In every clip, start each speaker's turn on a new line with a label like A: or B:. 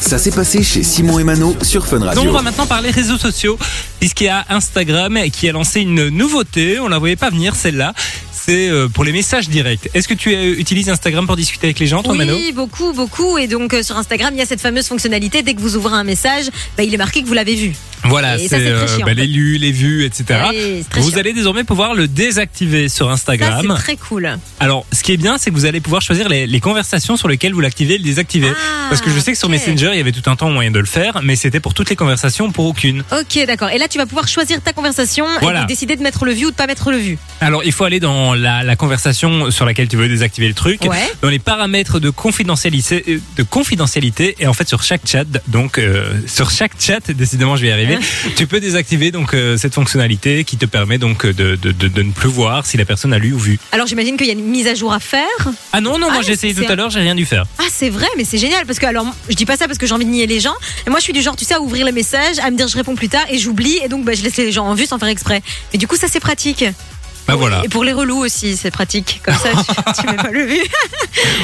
A: Ça s'est passé chez Simon et Mano sur Fun Radio.
B: Donc on va maintenant parler réseaux sociaux, puisqu'il y a Instagram qui a lancé une nouveauté, on la voyait pas venir celle-là, c'est euh, pour les messages directs. Est-ce que tu euh, utilises Instagram pour discuter avec les gens, toi Mano
C: Oui, beaucoup, beaucoup. Et donc euh, sur Instagram, il y a cette fameuse fonctionnalité, dès que vous ouvrez un message, bah, il est marqué que vous l'avez vu.
B: Voilà,
C: Et
B: c'est
C: ça, c'est très chiant,
B: bah,
C: en fait.
B: les lus, les vues, etc.
C: Oui, c'est très
B: Vous
C: chiant.
B: allez désormais pouvoir le désactiver sur
C: Ça,
B: Instagram.
C: c'est très cool.
B: Alors, ce qui est bien, c'est que vous allez pouvoir choisir les, les conversations sur lesquelles vous l'activez et le désactivez.
C: Ah,
B: Parce que je sais que sur
C: ok.
B: Messenger, il y avait tout un temps moyen de le faire, mais c'était pour toutes les conversations, pour aucune.
C: Ok, d'accord. Et là, tu vas pouvoir choisir ta conversation
B: Voilà.
C: et puis décider de mettre le vue ou de pas mettre le vue.
B: Alors, il faut aller dans la, la conversation sur laquelle tu veux désactiver le truc,
C: Ouais.
B: dans les paramètres de confidentialité, euh, de confidentialité, et en fait sur chaque chat, donc euh, sur chaque chat, décidément, je vais y arriver. tu peux désactiver donc euh, cette fonctionnalité qui te permet donc euh, de, de, de- de ne plus voir si la personne a lu ou vu.
C: Alors j'imagine qu'il y a une mise à jour à faire.
B: Ah non, non, moi
C: Ah,
B: j'ai essayé
C: c'est-
B: tout à l'heure, j'ai rien dû faire.
C: Ah, c'est vrai, mais c'est génial. Parce que, alors, je dis pas ça parce que j'ai envie de nier les gens. Et moi, je suis du genre, tu sais, à ouvrir les messages, à me dire je réponds plus tard et j'oublie. Et donc, bah, je laisse les gens en vue sans faire exprès. Mais du coup, ça, c'est pratique.
B: Bah voilà.
C: Et pour les relous aussi, c'est pratique. Comme ça, tu, tu mets pas le vu.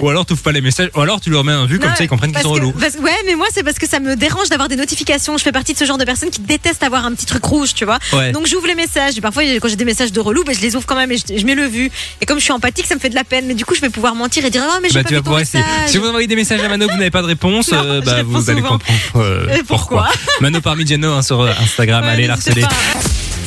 B: Ou alors tu ouvres pas les messages, ou alors tu leur mets un vu comme
C: Non,
B: ça ils comprennent qu'ils
C: parce
B: sont
C: que-
B: relous.
C: parce- ouais, mais moi, c'est parce que ça me dérange d'avoir des notifications. Je fais partie de ce genre de personnes qui détestent avoir un petit truc rouge, tu vois.
B: Ouais.
C: Donc, j'ouvre les messages. Et Parfois, quand j'ai des messages de relous, bah, je les ouvre quand même et je, je mets le vu. Et comme je suis empathique, ça me fait de la peine. Mais du coup, je vais pouvoir mentir et dire, ah, mais j'ai
B: Bah,
C: pas
B: tu
C: vu
B: vas
C: ton
B: pouvoir essayer.
C: message.
B: Si vous envoyez des messages à Mano que vous n'avez pas de réponse,
C: Non,
B: euh,
C: je
B: bah,
C: réponds
B: vous allez
C: souvent.
B: comprendre euh,
C: Et pourquoi.
B: Mano Parmigiano hein, sur euh, Instagram,
C: Ouais,
B: allez
C: n'hésitez
B: la harceler.
C: pas.